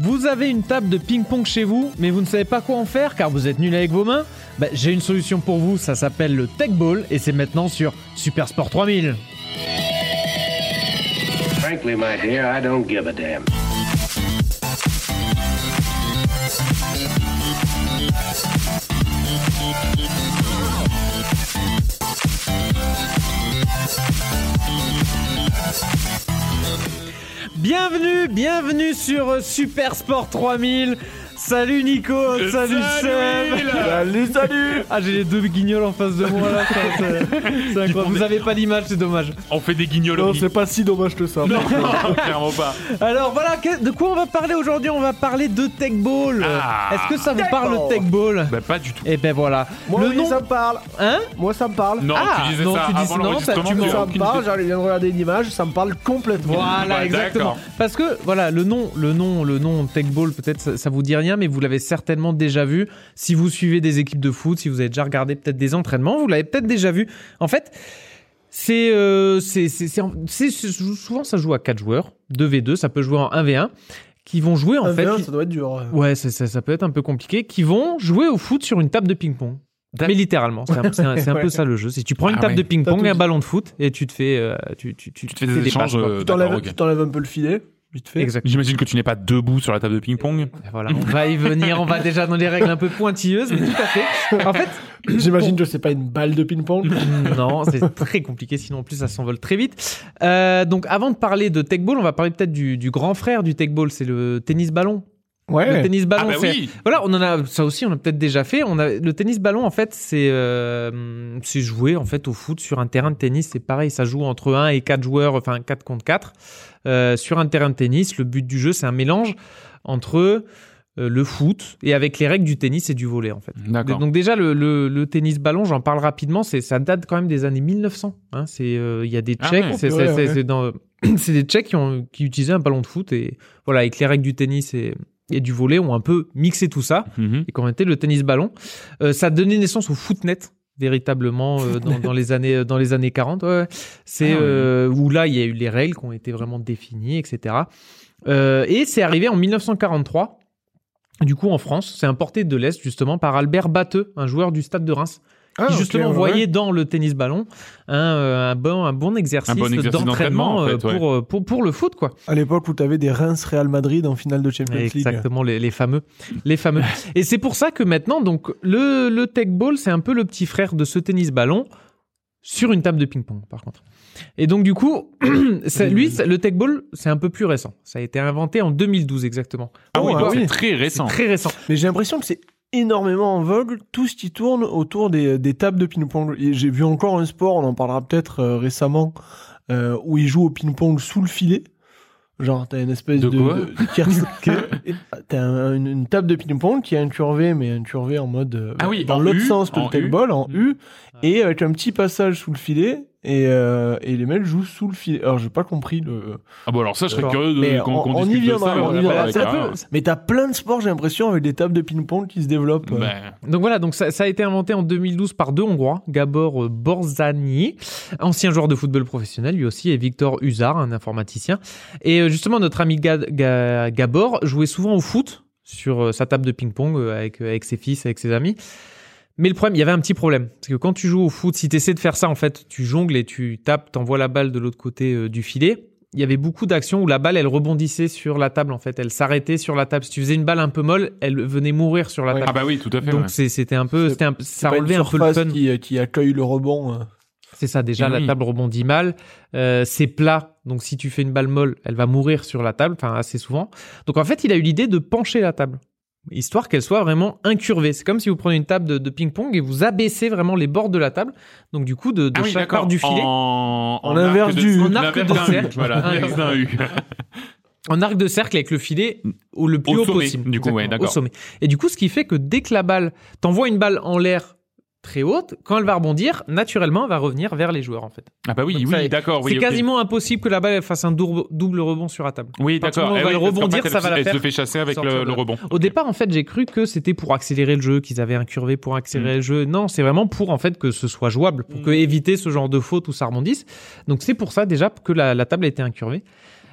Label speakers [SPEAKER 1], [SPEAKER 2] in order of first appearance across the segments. [SPEAKER 1] Vous avez une table de ping-pong chez vous, mais vous ne savez pas quoi en faire car vous êtes nul avec vos mains Bah, J'ai une solution pour vous, ça s'appelle le Tech Ball et c'est maintenant sur Super Sport 3000.
[SPEAKER 2] Frankly, my dear, I don't give a damn.
[SPEAKER 1] Bienvenue, bienvenue sur euh, Super Sport 3000. Salut Nico,
[SPEAKER 3] Euh,
[SPEAKER 1] salut, Seb.
[SPEAKER 3] Salut, salut
[SPEAKER 1] Ah, j'ai les deux guignols en face de moi là, ça, c'est- c'est incroyable. Vous avez pas d'image, c'est dommage.
[SPEAKER 4] On fait des guignols au
[SPEAKER 3] Non,
[SPEAKER 4] lit.
[SPEAKER 3] c'est pas si dommage que ça.
[SPEAKER 4] Non, clairement pas.
[SPEAKER 1] Alors voilà, que- de quoi on va parler aujourd'hui On va parler de Tech Ball.
[SPEAKER 4] Ah.
[SPEAKER 1] Est-ce que ça vous
[SPEAKER 3] Tech
[SPEAKER 1] parle
[SPEAKER 3] Ball.
[SPEAKER 1] Tech Ball
[SPEAKER 4] Bah, pas du tout.
[SPEAKER 1] Eh ben voilà.
[SPEAKER 3] Moi,
[SPEAKER 1] le
[SPEAKER 3] oui,
[SPEAKER 1] nom,
[SPEAKER 3] ça me parle.
[SPEAKER 1] hein
[SPEAKER 3] Moi, ça me parle.
[SPEAKER 4] Non,
[SPEAKER 1] Ah,
[SPEAKER 4] tu disais
[SPEAKER 1] non,
[SPEAKER 4] ça
[SPEAKER 1] tu dis-
[SPEAKER 4] avant
[SPEAKER 1] non, ça,
[SPEAKER 4] l'enregistrement.
[SPEAKER 1] tu
[SPEAKER 4] mais
[SPEAKER 1] m'en-
[SPEAKER 3] ça
[SPEAKER 4] aucune
[SPEAKER 3] me parle,
[SPEAKER 4] idée.
[SPEAKER 3] j'allais viens de regarder une image, ça me parle complètement.
[SPEAKER 1] Voilà,
[SPEAKER 4] Ouais,
[SPEAKER 1] exactement.
[SPEAKER 4] d'accord.
[SPEAKER 1] Parce que voilà, le nom, le nom, le nom Tech Ball, peut-être ça, ça vous dit rien, mais vous l'avez certainement déjà vu. Si vous suivez des équipes de foot, si vous avez déjà regardé peut-être des entraînements, vous l'avez peut-être déjà vu. En fait, c'est euh, c'est- c'est- c'est en- c'est- c'est- souvent ça joue à 4 joueurs, 2v2, ça peut jouer en 1v1, qui vont jouer en
[SPEAKER 3] Un
[SPEAKER 1] fait.
[SPEAKER 3] verre,
[SPEAKER 1] qui-
[SPEAKER 3] Ah, ça doit être dur. hein.
[SPEAKER 4] Oh,
[SPEAKER 1] Ouais, ça, ça- ça peut être un peu compliqué, qui vont jouer au foot sur une table de ping-pong.
[SPEAKER 4] D'ac-
[SPEAKER 1] Mais littéralement, c'est un, c'est un- c'est un peu
[SPEAKER 3] Ouais.
[SPEAKER 1] ça le jeu. Si tu prends une
[SPEAKER 4] Ah
[SPEAKER 1] table
[SPEAKER 4] ouais.
[SPEAKER 1] de
[SPEAKER 3] T'as
[SPEAKER 1] ping-pong
[SPEAKER 3] tout
[SPEAKER 1] et un
[SPEAKER 3] dit.
[SPEAKER 1] ballon de foot, et tu te fais, euh, tu, tu, tu,
[SPEAKER 4] Tu te fais des,
[SPEAKER 1] passes,
[SPEAKER 4] échanges.
[SPEAKER 1] quoi.
[SPEAKER 4] euh,
[SPEAKER 3] Tu
[SPEAKER 4] d'accord,
[SPEAKER 3] t'enlèves
[SPEAKER 4] ok.
[SPEAKER 3] tu t'enlèves un peu le filet, vite fait.
[SPEAKER 1] Exactement.
[SPEAKER 4] J'imagine que tu n'es pas debout sur la table de ping-pong.
[SPEAKER 1] Voilà, on va y venir, on va déjà dans les règles un peu pointilleuses, mais tout à fait. En fait,
[SPEAKER 3] J'imagine que c'est pas une balle de ping-pong.
[SPEAKER 1] non, c'est très compliqué, sinon en plus ça s'envole très vite. Euh, donc avant de parler de Tech Ball, on va parler peut-être du, du grand frère du Tech Ball, c'est le tennis ballon. Le tennis
[SPEAKER 4] Ah,
[SPEAKER 1] ballon,
[SPEAKER 4] bah
[SPEAKER 1] c'est-
[SPEAKER 4] oui.
[SPEAKER 1] Voilà, on en a ça aussi, on a peut-être déjà fait. On a le tennis ballon en fait, c'est euh, c'est joué en fait au foot sur un terrain de tennis. C'est pareil, ça joue entre 1 et 4 joueurs, enfin 4 contre 4 euh, sur un terrain de tennis. Le but du jeu, c'est un mélange entre euh, le foot et avec les règles du tennis et du volet en fait.
[SPEAKER 4] D'accord.
[SPEAKER 1] Donc déjà le, le- le tennis ballon, j'en parle rapidement, c'est ça date quand même des années 1900. hein. C'est euh, il y a des
[SPEAKER 4] Ah
[SPEAKER 1] Tchèques,
[SPEAKER 4] ouais.
[SPEAKER 1] c'est
[SPEAKER 3] Ouais,
[SPEAKER 1] c'est-
[SPEAKER 3] ouais.
[SPEAKER 1] c'est dans- c'est des Tchèques qui ont qui utilisaient un ballon de foot et voilà avec les règles du tennis et, et du volet ont un peu mixé tout ça
[SPEAKER 4] Mhm.
[SPEAKER 1] et qui ont été le tennis ballon. Euh, ça a donné naissance au footnet véritablement euh, dans, dans les années dans les années 40 ouais, ouais. c'est
[SPEAKER 4] Ah ouais.
[SPEAKER 1] euh, où là il y a eu les règles qui ont été vraiment définies etc Euh, et c'est arrivé en 1943 du coup en France c'est importé de l'est justement par Albert Batteux un joueur du stade de Reims
[SPEAKER 3] Ah,
[SPEAKER 1] qui
[SPEAKER 3] ok,
[SPEAKER 1] justement
[SPEAKER 3] ouais,
[SPEAKER 1] voyait
[SPEAKER 3] ouais.
[SPEAKER 1] dans le tennis ballon un, euh, un bon un bon exercice,
[SPEAKER 4] Un bon exercice
[SPEAKER 1] d'entraînement
[SPEAKER 4] d'entraînement,
[SPEAKER 1] euh,
[SPEAKER 4] en fait, ouais.
[SPEAKER 1] pour, euh, pour pour le foot quoi
[SPEAKER 3] À l'époque où t'avais des Reims Real Madrid en finale de Champions League.
[SPEAKER 1] Exactement, les, les fameux. Les fameux. Et c'est pour ça que maintenant, donc, le, le tech ball, c'est un peu le petit frère de ce tennis ballon sur une table de ping-pong, par contre. Et donc, du coup, ça- lui, ça- le tech ball, c'est un peu plus récent. Ça a été inventé en 2012, exactement.
[SPEAKER 4] Ah oui,
[SPEAKER 3] Oh,
[SPEAKER 4] donc
[SPEAKER 3] ah
[SPEAKER 4] c'est
[SPEAKER 3] oui.
[SPEAKER 4] très
[SPEAKER 1] C'est
[SPEAKER 4] récent.
[SPEAKER 1] très récent.
[SPEAKER 3] Mais j'ai l'impression que c'est énormément en vogue tout ce qui tourne autour des, euh, des tables de ping-pong. Et J'ai vu encore un sport, on en parlera peut-être euh, récemment, euh, où ils jouent au ping-pong sous le filet. Genre, t'as une espèce
[SPEAKER 4] De
[SPEAKER 3] de.
[SPEAKER 4] quoi
[SPEAKER 3] de- de- T'as un- une, une table de ping-pong qui est incurvée, mais incurvée en mode. euh,
[SPEAKER 4] Ah oui, en
[SPEAKER 3] dans l'autre
[SPEAKER 4] U,
[SPEAKER 3] sens que
[SPEAKER 4] en
[SPEAKER 3] le
[SPEAKER 4] U.
[SPEAKER 3] ball, en
[SPEAKER 1] Mm.
[SPEAKER 3] U, et avec un petit passage sous le filet, et, euh, et les mecs jouent sous le filet. Alors, j'ai pas compris le.
[SPEAKER 4] Ah bon, alors ça, je serais
[SPEAKER 3] D'accord.
[SPEAKER 4] curieux de
[SPEAKER 3] Mais
[SPEAKER 4] qu'on qu'on
[SPEAKER 3] on- on y
[SPEAKER 4] discute de
[SPEAKER 3] viendra,
[SPEAKER 4] ça. mais
[SPEAKER 3] Ah, on y hein.
[SPEAKER 4] ouais,
[SPEAKER 1] Ah,
[SPEAKER 4] Bah,
[SPEAKER 3] viendra.
[SPEAKER 4] ouais,
[SPEAKER 3] C'est un peu-
[SPEAKER 4] carrément.
[SPEAKER 3] Mais t'as plein de sports, j'ai l'impression, avec des tables de ping-pong qui se développent. euh.
[SPEAKER 4] Bah,
[SPEAKER 1] Donc voilà, donc ça, ça a été inventé en 2012 par deux Hongrois, Gabor euh, Borzani, ancien joueur de football professionnel lui aussi, et Victor Huzard, un informaticien. Et euh, justement, notre ami Ga- Ga- Gabor jouait souvent au foot sur euh, sa table de ping-pong euh, avec, euh, avec ses fils, avec ses amis. Mais le problème, il y avait un petit problème. C'est que quand tu joues au foot, si tu essaies de faire ça, en fait, tu jongles et tu tapes, t'envoies la balle de l'autre côté euh, du filet. Il y avait beaucoup d'actions où la balle, elle rebondissait sur la table, en fait. Elle s'arrêtait sur la table. Si tu faisais une balle un peu molle, elle venait mourir sur la
[SPEAKER 3] Ouais.
[SPEAKER 1] table.
[SPEAKER 4] Ah bah oui, tout à fait.
[SPEAKER 1] Donc
[SPEAKER 4] ouais.
[SPEAKER 1] c'est- c'était un peu,
[SPEAKER 3] C'est-
[SPEAKER 1] c'était un- ça
[SPEAKER 3] pas une
[SPEAKER 1] relevait un peu le
[SPEAKER 3] surface
[SPEAKER 1] fun.
[SPEAKER 3] Qui, euh, qui accueille le rebond. euh.
[SPEAKER 1] C'est ça déjà,
[SPEAKER 4] Eh
[SPEAKER 1] la
[SPEAKER 4] oui.
[SPEAKER 1] table rebondit mal, euh, c'est plat, donc si tu fais une balle molle, elle va mourir sur la table, enfin assez souvent. Donc en fait, il a eu l'idée de pencher la table, histoire qu'elle soit vraiment incurvée. C'est comme si vous prenez une table de, de ping-pong et vous abaissez vraiment les bords de la table, donc du coup de, de
[SPEAKER 4] Ah oui,
[SPEAKER 1] chaque part
[SPEAKER 4] d'accord.
[SPEAKER 1] du filet, en...
[SPEAKER 4] En,
[SPEAKER 3] En inverse
[SPEAKER 4] arc de-
[SPEAKER 3] du-
[SPEAKER 1] en arc
[SPEAKER 4] inverse
[SPEAKER 1] de
[SPEAKER 4] d'un
[SPEAKER 1] cercle.
[SPEAKER 4] U, Voilà,
[SPEAKER 1] Ah,
[SPEAKER 4] inverse d'un U.
[SPEAKER 1] arc de cercle avec le filet au le plus
[SPEAKER 4] Au
[SPEAKER 1] haut
[SPEAKER 4] sommet,
[SPEAKER 1] possible.
[SPEAKER 4] du coup, ouais,
[SPEAKER 1] Exactement,
[SPEAKER 4] d'accord.
[SPEAKER 1] Au sommet. Et du coup, ce qui fait que dès que la balle, t'envoies une balle en l'air très haute, quand elle va rebondir, naturellement, elle va revenir vers les joueurs en fait.
[SPEAKER 4] Ah bah oui,
[SPEAKER 1] Donc ça y est.
[SPEAKER 4] oui, d'accord. oui,
[SPEAKER 1] C'est
[SPEAKER 4] ok.
[SPEAKER 1] quasiment impossible que la balle elle fasse un dour- double rebond sur la table.
[SPEAKER 4] Oui,
[SPEAKER 1] partir du
[SPEAKER 4] d'accord.
[SPEAKER 1] moment où elle
[SPEAKER 4] Eh
[SPEAKER 1] va
[SPEAKER 4] oui, parce qu'en
[SPEAKER 1] rebondir,
[SPEAKER 4] fait,
[SPEAKER 1] ça va
[SPEAKER 4] elle-
[SPEAKER 1] la
[SPEAKER 4] Elle
[SPEAKER 1] faire
[SPEAKER 4] se fait chasser avec
[SPEAKER 1] sortir de
[SPEAKER 4] le le
[SPEAKER 1] là.
[SPEAKER 4] rebond.
[SPEAKER 1] Au départ, en fait, j'ai cru que c'était pour accélérer le jeu, qu'ils avaient incurvé pour accélérer le jeu. Non, c'est vraiment pour en fait que ce soit jouable,
[SPEAKER 4] Mm.
[SPEAKER 1] pour que éviter ce genre de faute où ça rebondisse. Donc c'est pour ça déjà que la, la table a été incurvée.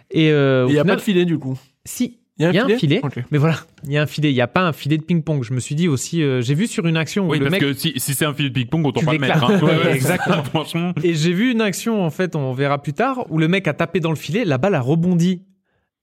[SPEAKER 1] Et euh,
[SPEAKER 3] Et
[SPEAKER 1] au
[SPEAKER 3] Il n'y a
[SPEAKER 1] final,
[SPEAKER 3] pas de filet du coup.
[SPEAKER 1] si.
[SPEAKER 3] Il Il
[SPEAKER 1] Il y a un filet.
[SPEAKER 3] Ok.
[SPEAKER 1] Mais voilà, il y a un filet. Il n'y a pas un filet de ping-pong. Je me suis dit aussi, euh, j'ai vu sur une action où
[SPEAKER 4] Oui,
[SPEAKER 1] le
[SPEAKER 4] parce
[SPEAKER 1] mec.
[SPEAKER 4] que si, si c'est un filet de ping-pong, autant
[SPEAKER 1] Tu
[SPEAKER 4] pas le mettre.
[SPEAKER 1] l'éclates.
[SPEAKER 4] hein. Ouais, ouais,
[SPEAKER 1] Exactement.
[SPEAKER 4] Franchement.
[SPEAKER 1] Et j'ai vu une action, en fait, on verra plus tard, où le mec a tapé dans le filet, la balle a rebondi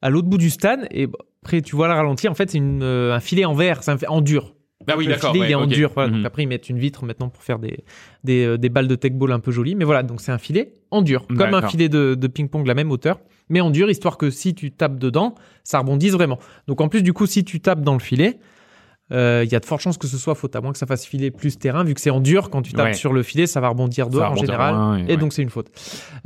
[SPEAKER 1] à l'autre bout du stade, et bon, après, tu vois la ralenti, en fait, c'est une, euh, un filet en verre, c'est un fi- en dur.
[SPEAKER 4] Ah oui,
[SPEAKER 1] le
[SPEAKER 4] d'accord.
[SPEAKER 1] filet,
[SPEAKER 4] ouais,
[SPEAKER 1] il est en
[SPEAKER 4] ok.
[SPEAKER 1] dur. voilà.
[SPEAKER 4] Mhm.
[SPEAKER 1] Donc après, ils mettent une vitre maintenant pour faire des, des, euh, des balles de tech ball un peu jolies. Mais voilà, donc c'est un filet en dur, comme un
[SPEAKER 4] D'accord.
[SPEAKER 1] filet de, de ping-pong de la même hauteur, mais en dur, histoire que si tu tapes dedans, ça rebondisse vraiment. Donc en plus, du coup, si tu tapes dans le filet, euh, il y a de fortes chances que ce soit faute, à moins que ça fasse filet plus terrain, vu que c'est en dur, quand tu tapes
[SPEAKER 4] Ouais.
[SPEAKER 1] sur le filet, ça va rebondir dehors en
[SPEAKER 4] rebondit
[SPEAKER 1] général.
[SPEAKER 4] loin,
[SPEAKER 1] Et donc c'est une faute.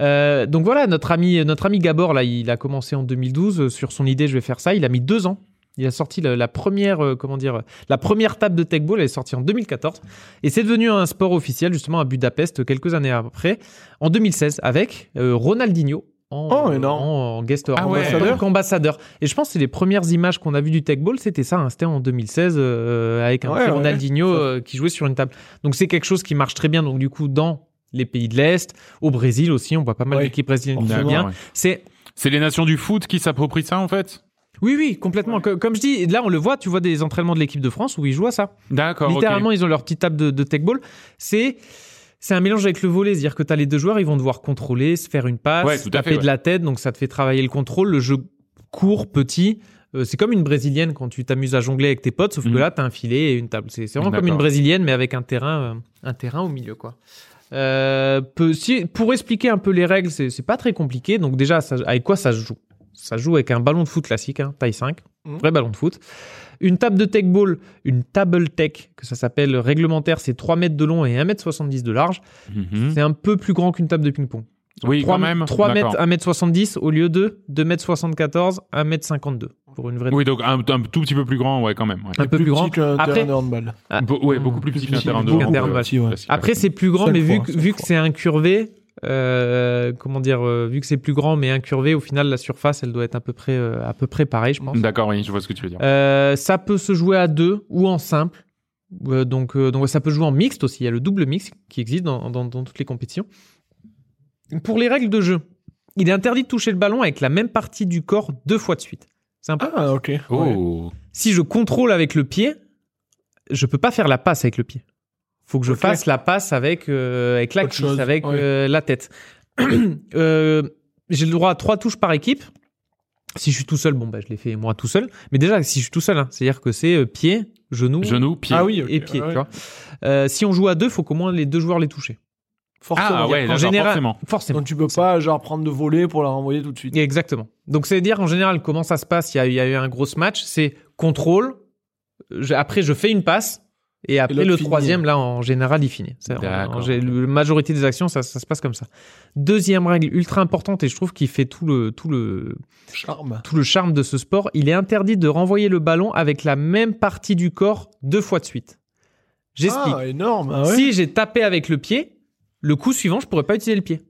[SPEAKER 1] Euh, donc voilà, notre ami, notre ami Gabor, là, il a commencé en 2012 euh, sur son idée, je vais faire ça. Il a mis deux ans. Il a sorti la, la première, euh, comment dire, euh, la première table de tech ball. Elle est sortie en 2014 et c'est devenu un sport officiel justement à Budapest euh, quelques années après, en 2016 avec euh, Ronaldinho. En,
[SPEAKER 3] Oh, énorme.
[SPEAKER 1] en- en guest
[SPEAKER 4] Ah ouais.
[SPEAKER 1] ambassadeur. ambassadeur. Et je pense que c'est les premières images qu'on a vues du Tech Ball, c'était ça, hein, c'était en 2016 euh, avec un
[SPEAKER 3] Ouais,
[SPEAKER 1] petit
[SPEAKER 3] ouais.
[SPEAKER 1] Ronaldinho
[SPEAKER 3] Ça-
[SPEAKER 1] euh, qui jouait sur une table. Donc c'est quelque chose qui marche très bien. Donc du coup, dans les pays de l'Est, au Brésil aussi, on voit pas mal
[SPEAKER 3] Ouais.
[SPEAKER 1] d'équipes brésiliennes qui jouent
[SPEAKER 4] D'accord,
[SPEAKER 1] bien.
[SPEAKER 4] ouais.
[SPEAKER 1] C'est
[SPEAKER 4] C'est les nations du foot qui s'approprient ça en fait
[SPEAKER 1] oui, oui, complètement. Co- Comme je dis, là on le voit, tu vois des entraînements de l'équipe de France où ils jouent à ça.
[SPEAKER 4] D'accord. ok.
[SPEAKER 1] Littéralement, ils ont leur petite table de, de tech ball. C'est c'est un mélange avec le volet, c'est-à-dire que tu as les deux joueurs, ils vont devoir contrôler, se faire une passe,
[SPEAKER 4] Ouais, tout à
[SPEAKER 1] taper
[SPEAKER 4] fait,
[SPEAKER 1] de
[SPEAKER 4] ouais.
[SPEAKER 1] la tête, donc ça te fait travailler le contrôle, le jeu court, petit. Euh, c'est comme une brésilienne quand tu t'amuses à jongler avec tes potes, sauf que
[SPEAKER 4] Mhm.
[SPEAKER 1] là, tu as un filet et une table. C'est c'est vraiment comme
[SPEAKER 4] D'accord.
[SPEAKER 1] une brésilienne, mais avec un terrain, euh, un terrain au milieu, quoi. Euh, peu- si- pour expliquer un peu les règles, c'est c'est pas très compliqué. Donc déjà, ça- avec quoi ça se joue Ça se joue avec un ballon de foot classique, hein, taille 5,
[SPEAKER 3] Mhm.
[SPEAKER 1] vrai ballon de foot. Une table de tech ball, une table tech, que ça s'appelle réglementaire, c'est 3 mètres de long et 1 mètre 70 de large.
[SPEAKER 4] Mhm.
[SPEAKER 1] C'est un peu plus grand qu'une table de ping-pong.
[SPEAKER 4] Oui,
[SPEAKER 1] 3,
[SPEAKER 4] quand même.
[SPEAKER 1] 3 mètres,
[SPEAKER 4] D'accord.
[SPEAKER 1] 1 mètre 70 au lieu de 2 mètres 74, 1 mètre 52 pour une vraie
[SPEAKER 4] Oui, donc un, un tout petit peu plus grand, ouais, quand même. ouais.
[SPEAKER 1] un peu plus grand.
[SPEAKER 3] qu'un
[SPEAKER 1] Après-
[SPEAKER 3] terrain de handball.
[SPEAKER 1] Ah.
[SPEAKER 4] Be- ouais, beaucoup plus petit qu'un
[SPEAKER 3] petit,
[SPEAKER 4] terrain de
[SPEAKER 3] beaucoup
[SPEAKER 4] hand,
[SPEAKER 1] qu'un terrain de
[SPEAKER 4] euh,
[SPEAKER 3] balle. Ouais.
[SPEAKER 4] facile,
[SPEAKER 1] Après, c'est plus grand,
[SPEAKER 3] Cinq
[SPEAKER 1] mais vu,
[SPEAKER 3] fois,
[SPEAKER 1] que-
[SPEAKER 3] cinq
[SPEAKER 1] vu que
[SPEAKER 3] fois.
[SPEAKER 1] c'est incurvé, euh, comment dire, euh, vu que c'est plus grand mais incurvé, au final, la surface, elle doit être à peu près, euh, à peu près pareille, je pense.
[SPEAKER 4] D'accord, oui, je vois ce que tu veux dire.
[SPEAKER 1] Euh, ça peut se jouer à deux ou en simple. Euh, donc, euh, donc ça peut jouer en mixte aussi. Il y a le double mixte qui existe dans, dans- dans toutes les compétitions. Pour les règles de jeu, il est interdit de toucher le ballon avec la même partie du corps deux fois de suite. C'est un peu.
[SPEAKER 3] Ah, ok.
[SPEAKER 1] Euh,
[SPEAKER 3] Ouais.
[SPEAKER 4] Oh,
[SPEAKER 1] Si je contrôle avec le pied, je peux pas faire la passe avec le pied. Faut que je
[SPEAKER 3] Ok.
[SPEAKER 1] fasse la passe avec euh, avec la
[SPEAKER 3] Autre
[SPEAKER 1] cuisse,
[SPEAKER 3] chose,
[SPEAKER 1] avec
[SPEAKER 3] ouais.
[SPEAKER 1] euh, la tête. Euh, j'ai le droit à trois touches par équipe. Si je suis tout seul, bon bah je les fais moi tout seul. Mais déjà si je suis tout seul, hein, c'est-à-dire que c'est euh, pied, genou,
[SPEAKER 4] Genou, pied.
[SPEAKER 3] Ah oui, ok,
[SPEAKER 1] et pied.
[SPEAKER 3] ouais,
[SPEAKER 1] tu vois. Euh, si on joue à deux, faut qu'au moins les deux joueurs les touchent.
[SPEAKER 3] Forcément.
[SPEAKER 4] Ah ouais,
[SPEAKER 1] en
[SPEAKER 4] d'accord,
[SPEAKER 1] général-
[SPEAKER 4] forcément.
[SPEAKER 1] Forcément.
[SPEAKER 3] Donc tu peux pas genre prendre de voler pour la renvoyer tout de suite.
[SPEAKER 1] Exactement. Donc, c'est-à-dire, en général, comment ça se passe il y, a, il y a eu un gros match, c'est contrôle, je- après, je fais une passe, et après,
[SPEAKER 3] l'autre
[SPEAKER 1] le
[SPEAKER 3] finit.
[SPEAKER 1] troisième, là, en général, il finit. C'est- en-
[SPEAKER 4] D'accord.
[SPEAKER 1] en gé- La majorité des actions, ça, ça se passe comme ça. Deuxième règle ultra importante, et je trouve qu'il fait tout le, tout, le,
[SPEAKER 3] Charme.
[SPEAKER 1] tout le charme de ce sport, il est interdit de renvoyer le ballon avec la même partie du corps deux fois de suite. J'explique.
[SPEAKER 3] Ah, énorme. Ah ouais.
[SPEAKER 1] Si j'ai tapé avec le pied, le coup suivant, je pourrais pas utiliser le pied.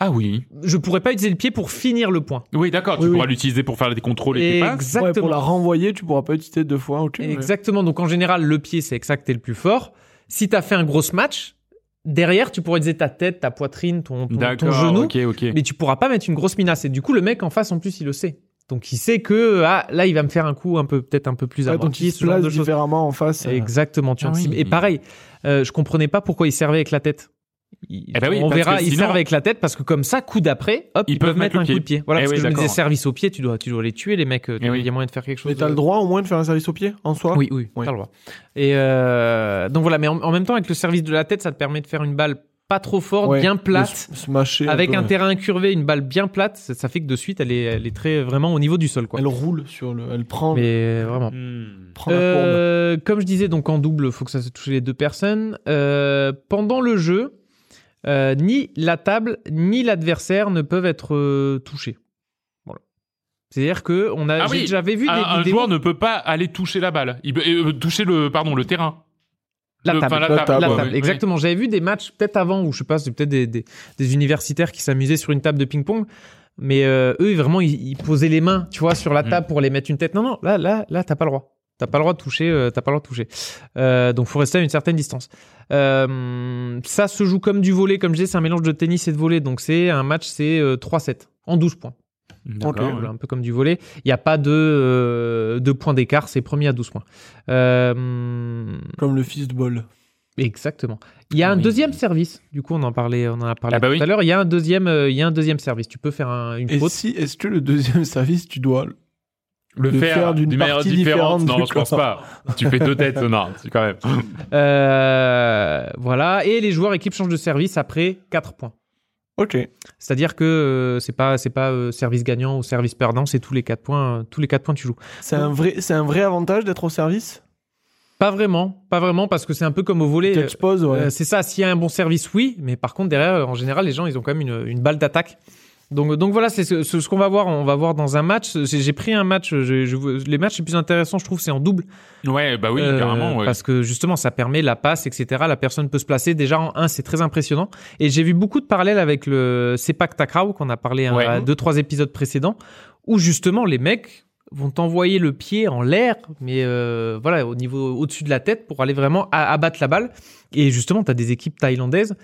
[SPEAKER 4] Ah oui.
[SPEAKER 1] Je pourrais pas utiliser le pied pour finir le point.
[SPEAKER 4] Oui, d'accord,
[SPEAKER 3] Oui,
[SPEAKER 4] tu
[SPEAKER 3] oui.
[SPEAKER 4] pourras l'utiliser pour faire des contrôles et des passes.
[SPEAKER 3] Ouais,
[SPEAKER 1] Exactement.
[SPEAKER 3] pour la renvoyer, tu pourras pas utiliser deux fois. Ok. ouais.
[SPEAKER 1] Exactement. Donc en général, le pied, c'est exact, que t'es le plus fort. Si t'as fait un gros match, derrière, tu pourrais utiliser ta tête, ta poitrine, ton, ton- ton
[SPEAKER 4] D'accord,
[SPEAKER 1] genou,
[SPEAKER 4] ok, ok.
[SPEAKER 1] mais tu pourras pas mettre une grosse minace. Et du coup, le mec en face, en plus, il le sait. Donc il sait que ah, là, il va me faire un coup un peu peut-être un peu plus
[SPEAKER 3] Ouais,
[SPEAKER 1] amorti,
[SPEAKER 3] donc il se
[SPEAKER 1] ce genre
[SPEAKER 3] place
[SPEAKER 1] de choses.
[SPEAKER 3] différemment en face.
[SPEAKER 1] Exactement. Tu
[SPEAKER 4] Ah
[SPEAKER 1] anticipes.
[SPEAKER 4] oui.
[SPEAKER 1] Et pareil, euh, je comprenais pas pourquoi il servait avec la tête. Il-
[SPEAKER 4] Eh ben oui,
[SPEAKER 1] on
[SPEAKER 4] parce
[SPEAKER 1] verra,
[SPEAKER 4] que
[SPEAKER 1] ils
[SPEAKER 4] sinon-
[SPEAKER 1] servent avec la tête parce que comme ça, coup d'après, hop, ils, peuvent, mettre, un
[SPEAKER 4] le
[SPEAKER 1] coup de
[SPEAKER 4] pied.
[SPEAKER 1] pied. Voilà,
[SPEAKER 4] Eh
[SPEAKER 1] parce
[SPEAKER 4] oui,
[SPEAKER 1] que je me disais
[SPEAKER 4] d'accord.
[SPEAKER 1] service au pied, tu dois, tu dois les tuer les mecs. euh, tu-
[SPEAKER 4] Eh
[SPEAKER 1] Il
[SPEAKER 4] oui.
[SPEAKER 1] y a moyen de faire quelque chose.
[SPEAKER 3] Mais t'as
[SPEAKER 1] de-
[SPEAKER 3] le droit au moins de faire un service au pied en soi.
[SPEAKER 1] oui, oui,
[SPEAKER 3] Oui.
[SPEAKER 1] t'as le droit. Et euh, donc voilà, mais en, en même temps, avec le service de la tête, ça te permet de faire une balle pas trop forte,
[SPEAKER 3] Ouais,
[SPEAKER 1] bien
[SPEAKER 3] de
[SPEAKER 1] plate,
[SPEAKER 3] s- Smasher.
[SPEAKER 1] avec
[SPEAKER 3] peu,
[SPEAKER 1] un
[SPEAKER 3] ouais.
[SPEAKER 1] terrain incurvé, une balle bien plate, ça, ça fait que de suite, elle est, elle est très vraiment au niveau du sol, quoi.
[SPEAKER 3] Elle roule sur le. Elle prend.
[SPEAKER 1] Mais euh, vraiment.
[SPEAKER 4] Hmm.
[SPEAKER 3] prend la courbe.
[SPEAKER 1] Euh, comme je disais, donc en double, faut que ça se touche les deux personnes. Euh, pendant le jeu, euh, ni la table ni l'adversaire ne peuvent être euh, touchés. Voilà. C'est-à-dire que on a,
[SPEAKER 4] Ah
[SPEAKER 1] j'ai-
[SPEAKER 4] oui.
[SPEAKER 1] j'avais vu des
[SPEAKER 4] Un, un
[SPEAKER 1] vidéos.
[SPEAKER 4] joueur ne peut pas aller toucher la balle. Il peut- euh, toucher le, pardon, le terrain.
[SPEAKER 1] La
[SPEAKER 4] Le-
[SPEAKER 1] table.
[SPEAKER 4] enfin,
[SPEAKER 3] La
[SPEAKER 4] table,
[SPEAKER 1] La
[SPEAKER 4] ouais,
[SPEAKER 1] table,
[SPEAKER 4] ouais.
[SPEAKER 1] exactement. J'avais vu des matchs peut-être avant où je sais pas, c'est peut-être des, des, des universitaires qui s'amusaient sur une table de ping-pong. Mais euh, eux, vraiment, ils, ils posaient les mains, tu vois, sur la
[SPEAKER 4] Mm.
[SPEAKER 1] table pour les mettre une tête. Non, non, là, là, là, t'as pas le droit. T'as pas le droit de toucher. euh, t'as pas le droit de toucher. Euh, donc, faut rester à une certaine distance. Euh, ça se joue comme du volet, comme je disais, c'est un mélange de tennis et de volet. Donc, c'est un match, c'est euh, 3-7 en 12 points.
[SPEAKER 4] D'accord,
[SPEAKER 3] Ok.
[SPEAKER 4] ouais.
[SPEAKER 1] un peu comme du volet. Il n'y a pas de, euh, de points d'écart, c'est premier à 12 points. Euh,
[SPEAKER 3] Comme le fistball.
[SPEAKER 1] Exactement. Il y a un
[SPEAKER 4] Ah Oui.
[SPEAKER 1] deuxième service. Du coup, on en parlait, on en a parlé
[SPEAKER 4] Ah bah
[SPEAKER 1] tout
[SPEAKER 4] oui.
[SPEAKER 1] à l'heure. Il y a un deuxième, euh, il y a un deuxième service. Tu peux faire un- une
[SPEAKER 3] Et
[SPEAKER 1] faute.
[SPEAKER 3] si, est-ce que le deuxième service, tu dois.
[SPEAKER 4] Le
[SPEAKER 3] de
[SPEAKER 4] faire,
[SPEAKER 3] faire d'une
[SPEAKER 4] d'une manière
[SPEAKER 3] partie
[SPEAKER 4] différente,
[SPEAKER 3] différente
[SPEAKER 4] non,
[SPEAKER 3] du
[SPEAKER 4] je pense
[SPEAKER 3] corps.
[SPEAKER 4] pas. Tu fais deux têtes, non, c'est quand même.
[SPEAKER 1] Euh, voilà. Et les joueurs équipes changent de service après 4 points.
[SPEAKER 3] Ok.
[SPEAKER 1] C'est-à-dire que euh, c'est pas c'est pas euh, service gagnant ou service perdant, c'est tous les 4 points. euh, tous les 4 points tu joues.
[SPEAKER 3] C'est un vrai, c'est un vrai avantage d'être au service.
[SPEAKER 1] Pas vraiment, pas vraiment parce que c'est un peu comme au volet.
[SPEAKER 3] Catch pause, ouais.
[SPEAKER 1] Euh, c'est ça, s'il y a un bon service, oui, mais par contre, derrière, euh, en général, les gens, ils ont quand même une, une balle d'attaque. Donc, donc voilà, c'est ce, ce- ce qu'on va voir. On va voir dans un match. J'ai j'ai pris un match. je- je- les matchs les plus intéressants, je trouve, c'est en double.
[SPEAKER 4] Ouais, bah oui,
[SPEAKER 1] Euh,
[SPEAKER 4] carrément. Ouais.
[SPEAKER 1] Parce que justement, ça permet la passe, etc. La personne peut se placer. Déjà en 1, c'est très impressionnant. Et j'ai vu beaucoup de parallèles avec le Sepak Takraw qu'on a parlé hein,
[SPEAKER 4] Ouais.
[SPEAKER 1] à deux, trois épisodes précédents, où justement, les mecs vont t'envoyer le pied en l'air, mais euh, voilà, au niveau au-dessus de la tête pour aller vraiment a- abattre la balle. Et justement, tu as des équipes thaïlandaises